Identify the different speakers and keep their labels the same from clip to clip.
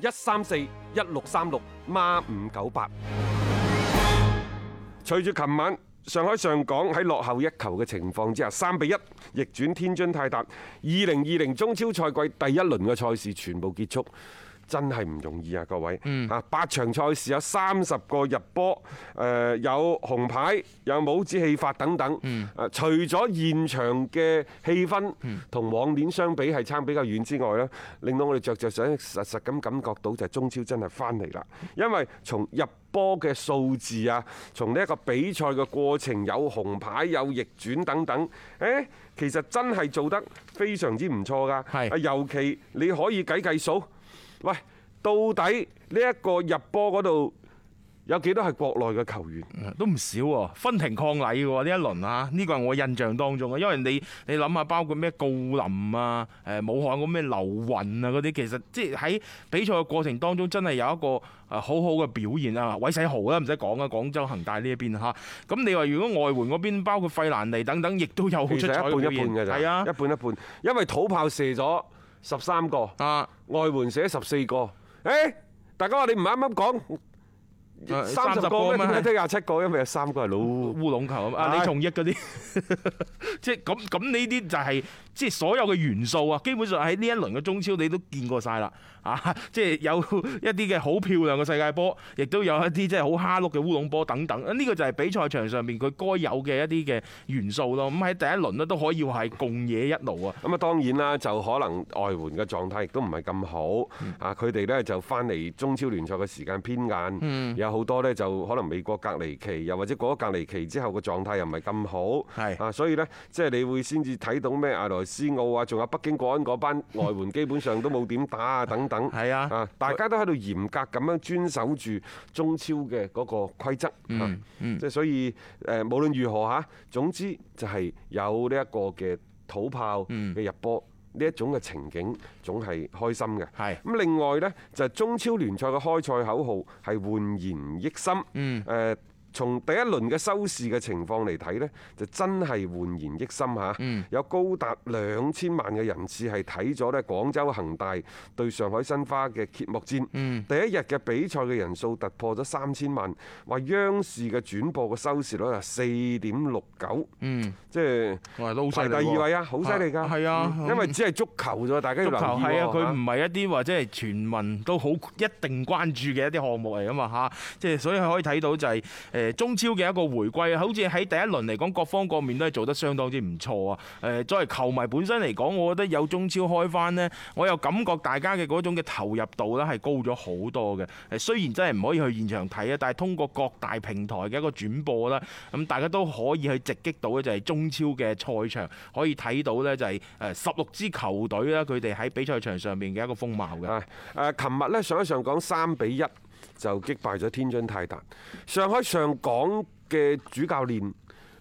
Speaker 1: 一三四一六三六孖五九八。隨住琴晚上海上港喺落後一球嘅情況之下，三比一逆轉天津泰達，二零二零中超賽季第一輪嘅賽事全部結束。真係唔容易啊，各位！啊，八場賽事有三十個入波，誒有紅牌，有帽子戲法等等。誒除咗現場嘅氣氛同往年相比係差比較遠之外咧，令到我哋着着想實實咁感覺到就係中超真係翻嚟啦。因為從入波嘅數字啊，從呢一個比賽嘅過程有紅牌有逆轉等等，誒其實真係做得非常之唔錯㗎。
Speaker 2: 係
Speaker 1: 啊尤其你可以計計數，喂，到底呢一個入波嗰度有幾多係國內嘅球員？
Speaker 2: 都唔少喎，分庭抗禮嘅喎呢一輪啊，呢個係我印象當中嘅，啊因為你你諗下，包括咩郜林啊、誒武漢嗰咩劉雲啊嗰啲，其實即係喺比賽嘅過程當中，真係有一個誒好好嘅表現啊！韋世豪啦，唔使講啊，廣州恒大呢一邊啊嚇，咁你話如果外援嗰邊，包括費蘭尼等等，亦都有好出
Speaker 1: 其實
Speaker 2: 彩
Speaker 1: 一半
Speaker 2: 嘅表
Speaker 1: 一半
Speaker 2: 現，
Speaker 1: 嘅咋，
Speaker 2: 係啊
Speaker 1: 一，半一半，因為土炮射咗十三個，
Speaker 2: 啊
Speaker 1: 外援射咗十四個。誒、大家話你唔啱啱講
Speaker 2: 誒
Speaker 1: 三十
Speaker 2: 30
Speaker 1: 個
Speaker 2: 個
Speaker 1: 咩？
Speaker 2: 咩
Speaker 1: 點解得廿七個？因為有三個係老。
Speaker 2: 烏龍球啊，
Speaker 1: 唉
Speaker 2: 李松益嗰啲，即係咁咁呢啲就係即係所有嘅元素啊，基本上喺呢一輪嘅中超你都見過晒啦，啊， 即係有一啲嘅好漂亮嘅世界波，亦都有一啲即係好蝦碌嘅烏龍波等啊等，呢、個就係比賽場上面佢該有嘅一啲嘅元素咯。咁喺第一輪呢，都可以話係共嘢一路啊。
Speaker 1: 咁啊，當然啦，就可能外援嘅狀態亦都唔係咁好啊！佢哋呢就翻嚟中超聯賽嘅時間偏晏，有好多呢就可能美國隔離期，又或者過咗隔離期之後嘅狀態又唔係咁好，
Speaker 2: 係
Speaker 1: 啊，所以呢，即係你會先至睇到咩阿萊斯奧啊，仲有北京國安嗰班外援基本上都冇點打啊等等，
Speaker 2: 係啊
Speaker 1: 大家都喺度嚴格咁樣遵守住中超嘅嗰個規則，啊
Speaker 2: 嗯
Speaker 1: 即係所以誒，無論如何嚇，總之就係有呢一個嘅。土炮嘅入波。呢一種嘅情景總係開心嘅。
Speaker 2: 係
Speaker 1: 咁另外呢，就係中超聯賽嘅開賽口號係煥然益新。嗯。誒，從第一輪嘅收視嘅情況嚟睇呢，就真係煥然益新嚇。
Speaker 2: 嗯
Speaker 1: 有高達兩千萬嘅人次係睇咗呢廣州恒大對上海申花嘅揭幕戰。
Speaker 2: 嗯
Speaker 1: 第一日嘅比賽嘅人數突破咗三千萬，話央視嘅轉播嘅收視率係四點六九。嗯。即係。
Speaker 2: 我係都好犀
Speaker 1: 排
Speaker 2: 利
Speaker 1: 第
Speaker 2: 喎
Speaker 1: 二位啊，好犀利㗎！
Speaker 2: 係啊
Speaker 1: 嗯因為只係足球啫，大家要
Speaker 2: 足
Speaker 1: 留
Speaker 2: 球
Speaker 1: 意喎
Speaker 2: 係啊，佢
Speaker 1: 嚇
Speaker 2: 唔係一啲話即係全民都好一定關注嘅一啲項目嚟噶嘛嚇，即係所以可以睇到就係誒中超嘅一個回歸啊，好似喺第一輪嚟講，各方各面都係做得相當之唔錯啊！誒，作為球迷本身嚟講，我覺得有中超開翻呢，我又感覺大家嘅嗰種嘅投入度呢係高咗好多嘅。誒，雖然真係唔可以去現場睇啊，但係通過各大平台嘅一個轉播啦，咁大家都可以去直擊到咧，就係中超嘅賽場可以睇到呢，就係誒十六支球隊啦，佢哋喺比賽場上面嘅一個風貌嘅。
Speaker 1: 啊！誒，琴日咧上一上港三比一就擊敗咗天津泰達。上海上港嘅主教練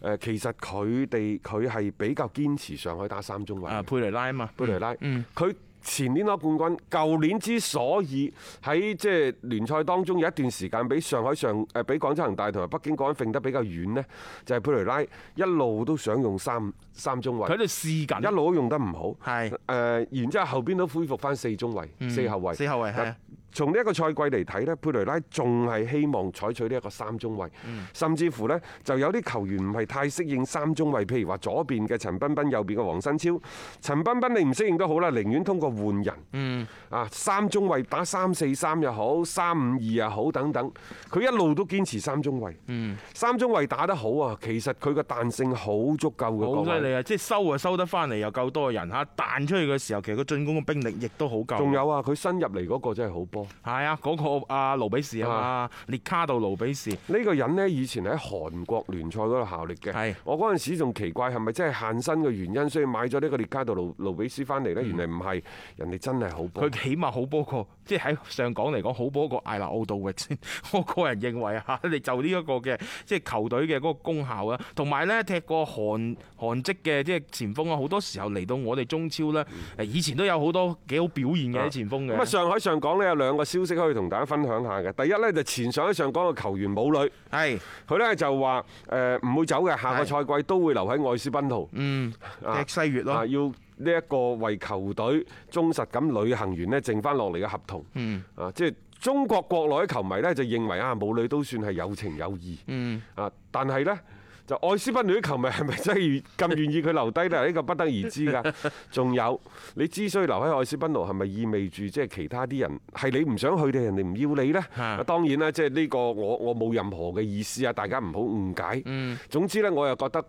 Speaker 1: 誒，其實佢哋佢係比較堅持上海打三中衞
Speaker 2: 啊，
Speaker 1: 嘅。
Speaker 2: 佩雷拉啊嘛，
Speaker 1: 貝雷拉，
Speaker 2: 嗯
Speaker 1: 佢前年攞冠軍，舊年之所以喺即係聯賽當中有一段時間俾上海上誒俾廣州恒大同埋北京國安揈得比較遠呢，就係貝雷拉一路都想用三三中
Speaker 2: 佢喺
Speaker 1: 衞，
Speaker 2: 度試緊
Speaker 1: 一，路都用得唔好。
Speaker 2: 係
Speaker 1: 誒，然之後後邊都恢復翻四中衞、
Speaker 2: 嗯
Speaker 1: 四後衞。
Speaker 2: 四後衞係啊。
Speaker 1: 從呢一個賽季嚟睇呢，佩雷拉仲係希望採取呢一個三中衞，
Speaker 2: 嗯
Speaker 1: 甚至乎呢就有啲球員唔係太適應三中衞，譬如話左邊嘅陳彬彬，右邊嘅黃新超。陳彬彬你唔適應都好啦，寧願通過換
Speaker 2: 嗯
Speaker 1: 人，啊三中衞打三四三又好，三五二又好等等，佢一路都堅持三中衞。
Speaker 2: 嗯
Speaker 1: 三中衞打得好啊，其實佢個彈性好足夠嘅。各
Speaker 2: 好犀
Speaker 1: 位
Speaker 2: 利啊！即係收啊，收得翻嚟又夠多人嚇，彈出去嘅時候，其實個進攻嘅兵力亦都好夠。
Speaker 1: 仲有啊，佢新入嚟嗰個真係好波。波。
Speaker 2: 係啊，嗰、個阿盧比士啊嘛，列卡度盧比士，
Speaker 1: 呢個人呢，以前喺韓國聯賽嗰度效力嘅
Speaker 2: 係。
Speaker 1: 我嗰陣時仲奇怪係咪真係限薪嘅原因，所以買咗呢個列卡度盧盧比斯翻嚟呢？原來唔係，人哋真係好波
Speaker 2: 嗯佢。起碼好波過，即係喺上港嚟講好波過艾納奧杜域先。 我個人認為啊， 你就呢一個嘅即係球隊嘅嗰個功效啊，同埋咧踢過韓韓職嘅即係前鋒啊，好多時候嚟到我哋中超咧，誒以前都有好多幾好表現嘅前鋒
Speaker 1: 嗯咁啊，
Speaker 2: 嘅。
Speaker 1: 上海上港呢，有兩個消息可以同大家分享下嘅。第一呢，就前上海上港嘅球員武磊，
Speaker 2: 係，
Speaker 1: 佢呢就話誒唔會走嘅，下個
Speaker 2: 係
Speaker 1: 賽季都會留喺愛斯賓圖。
Speaker 2: 嗯，
Speaker 1: 啊
Speaker 2: 踢西乙
Speaker 1: 啊！
Speaker 2: 咯，
Speaker 1: 要呢一個為球隊忠實咁履行完呢，剩翻落嚟嘅合同。
Speaker 2: 嗯
Speaker 1: 啊，即係中國國內嘅球迷呢，就認為啊，武磊都算係有情有義。
Speaker 2: 嗯，
Speaker 1: 啊，但係呢，就愛斯賓奴啲球迷係咪真係咁願意佢留低呢？呢個不得而知㗎。仲有你之所以留喺愛斯賓奴，係咪意味住即係其他啲人係你唔想去定係人哋唔要你呢？啊
Speaker 2: 嚇
Speaker 1: 當然啦，即係呢個我我冇任何嘅意思啊，大家唔好誤解。總之呢，我又覺得。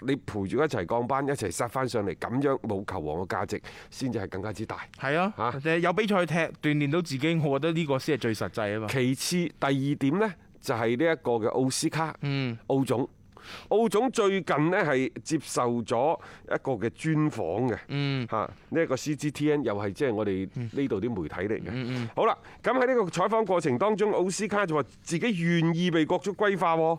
Speaker 1: 你陪住一齊降班，一齊殺翻上嚟，咁樣冇球王嘅價值，先至係更加之大。
Speaker 2: 係啊
Speaker 1: 嚇，
Speaker 2: 誒有比賽踢，鍛鍊到自己，我覺得呢個先係最實際啊嘛。
Speaker 1: 其次，第二點呢，就係呢一個嘅奧斯卡，
Speaker 2: 嗯，
Speaker 1: 奧總。奧總最近呢係接受咗一個嘅專訪嘅，
Speaker 2: 嗯
Speaker 1: 嚇呢一個 CGTN 又係即係我哋呢度啲媒體嚟
Speaker 2: 嗯
Speaker 1: 嘅。好啦，咁喺呢個採訪過程當中，奧斯卡就話自己願意被國足歸化 喎，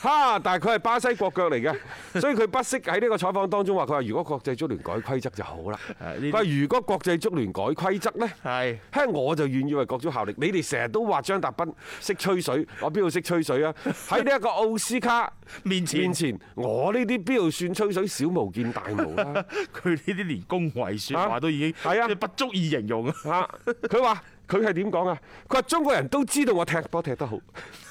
Speaker 1: 哈！但係佢係巴西國腳嚟嘅， 所以佢不惜喺呢個採訪當中話：佢話如果國際足聯改規則就好啦。
Speaker 2: 誒 呢
Speaker 1: 佢
Speaker 2: 啲
Speaker 1: 話如果國際足聯改規則呢？
Speaker 2: 係。
Speaker 1: 嘿，我就願意為國足效力。你哋成日都話張達斌識吹水，我邊度識吹 水啊？喺呢一個奧斯卡
Speaker 2: 面前
Speaker 1: 面前，我呢啲邊度算吹水？小巫見大巫 啦
Speaker 2: 佢呢啲連恭維説
Speaker 1: 啊
Speaker 2: 話都已經
Speaker 1: 係啊
Speaker 2: 即係不足以形容啊！
Speaker 1: 嚇！佢話佢係點講啊？佢話中國人都知道我踢波踢得好。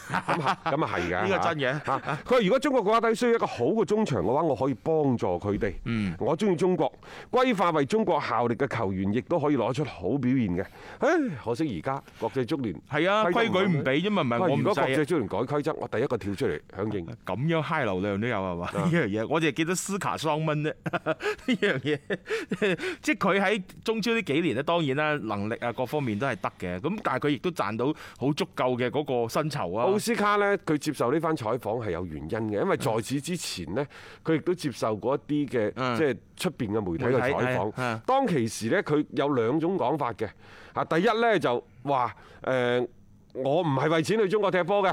Speaker 1: 咁啊，咁啊係㗎，
Speaker 2: 呢個真嘅
Speaker 1: 嚇佢話如果中國國家隊需要一個好嘅中場嘅話，我可以幫助佢哋。
Speaker 2: 嗯
Speaker 1: 我中意中國，歸化為中國效力嘅球員，亦都可以攞出好表現嘅。唉，可惜而家國際足聯
Speaker 2: 係啊，規矩唔俾啫嘛，唔係
Speaker 1: 喂
Speaker 2: 我
Speaker 1: 如
Speaker 2: 唔
Speaker 1: 果國
Speaker 2: 制
Speaker 1: 際
Speaker 2: 啊。
Speaker 1: 足聯改規則，我第一個跳出嚟響應。
Speaker 2: 咁樣 high 流量都有啊係嘛？
Speaker 1: 啊
Speaker 2: 呢樣嘢我淨係記得斯卡桑蚊啫， 呢樣嘢 即係佢喺中超呢幾年咧，當然啦，能力啊各方面都係得嘅。咁但係佢亦都賺到好足夠嘅嗰個薪酬啊。
Speaker 1: 奧斯卡呢，佢接受呢番採訪係有原因嘅，因為在此之前呢，佢亦都接受過一啲嘅
Speaker 2: 嗯
Speaker 1: 即係出邊嘅媒體嘅採
Speaker 2: 媒體係
Speaker 1: 訪
Speaker 2: 啊。
Speaker 1: 當其時呢，佢有兩種講法嘅。啊，第一呢，就話誒。我唔係為錢去中國踢 波嘅，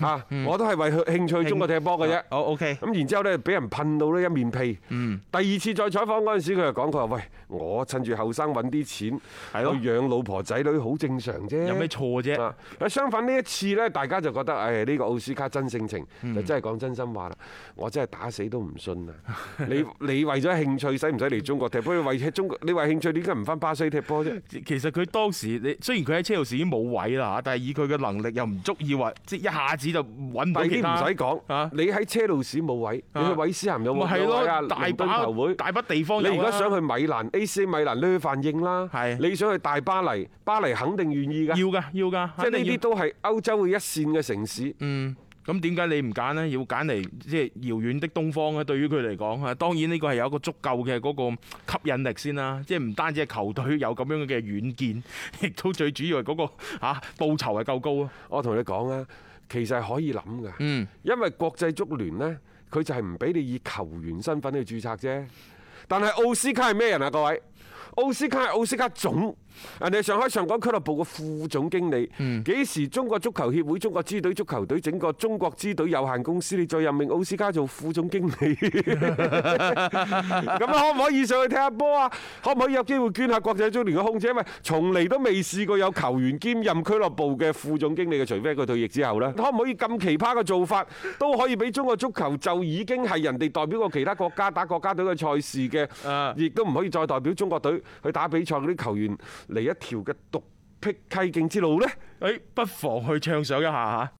Speaker 1: 啊，
Speaker 2: 嗯
Speaker 1: 我都係為興趣去中國踢波嘅啫。
Speaker 2: 哦，OK，
Speaker 1: 咁然之後呢，俾人噴到呢一面屁。
Speaker 2: 嗯
Speaker 1: 第二次再採訪嗰陣時，佢就講：佢話喂，我趁住後生揾啲錢
Speaker 2: 係咯
Speaker 1: 去養老婆仔女，好正常啫。
Speaker 2: 有咩錯啫？
Speaker 1: 啊！相反呢一次呢，大家就覺得誒呢個奧斯卡真性情，
Speaker 2: 嗯
Speaker 1: 就真係講真心話啦。我真係打死都唔信啊！你 你為咗興趣，使唔使嚟中國踢波？你為中國，你為興趣，點解唔翻巴西踢波啫？
Speaker 2: 其實佢當時你雖然佢喺車路士已經冇位啦嚇，但係以佢嘅能力又唔足以話即係一下子就揾
Speaker 1: 第
Speaker 2: 唔到
Speaker 1: 二
Speaker 2: 其
Speaker 1: 啲唔
Speaker 2: 他
Speaker 1: 使講
Speaker 2: 啊，
Speaker 1: 你喺車路士冇位，你
Speaker 2: 啊
Speaker 1: 去韋斯咸有
Speaker 2: 咪
Speaker 1: 冇
Speaker 2: 係
Speaker 1: 有位啊？
Speaker 2: 咯，大
Speaker 1: 倫敦
Speaker 2: 把
Speaker 1: 球會。
Speaker 2: 大把地方
Speaker 1: 你
Speaker 2: 有啊
Speaker 1: 而家
Speaker 2: 啦
Speaker 1: 想去米蘭 AC 米蘭，你去范應啦
Speaker 2: 係。
Speaker 1: 你想去大巴黎，巴黎肯定願意㗎。
Speaker 2: 要㗎要㗎，
Speaker 1: 即係呢
Speaker 2: 肯定要
Speaker 1: 啲都係歐洲嘅一線嘅城市。
Speaker 2: 嗯。咁點解你唔揀呢？要揀嚟即係遙遠的東方啊咧？對於佢嚟講嚇，當然呢個係有一個足夠嘅嗰個吸引力先啦。即係唔單止係球隊有咁樣嘅遠見， 亦都最主要係嗰、個嚇、啊報酬係夠高啊。
Speaker 1: 我同你講啊，其實係可以諗㗎。
Speaker 2: 嗯，
Speaker 1: 因為國際足聯呢，佢就係唔俾你以球員身份去註冊啫。但係奧斯卡係咩人啊？各位，奧斯卡係奧斯卡總，人哋上海上港俱樂部嘅副總經理。幾、時中國足球協會、中國支隊足球隊整個中國支隊有限公司，你再任命奧斯卡做副總 經理，咁可唔可以上去踢下波啊？可唔可以有機會捐下國際足聯嘅控制？因為從嚟都未試過有球員兼任俱樂部嘅副總經理嘅，除非佢退役之後呢。 可唔可以咁奇葩嘅做法都可以俾中國足球就已經係人哋代表過其他國家打國家隊嘅賽事嘅
Speaker 2: 啊，
Speaker 1: 亦都唔可以再代表中國隊去打比賽嗰啲球員嚟一條嘅獨辟蹊徑之路呢？
Speaker 2: 誒，不妨去暢想一下嚇。啊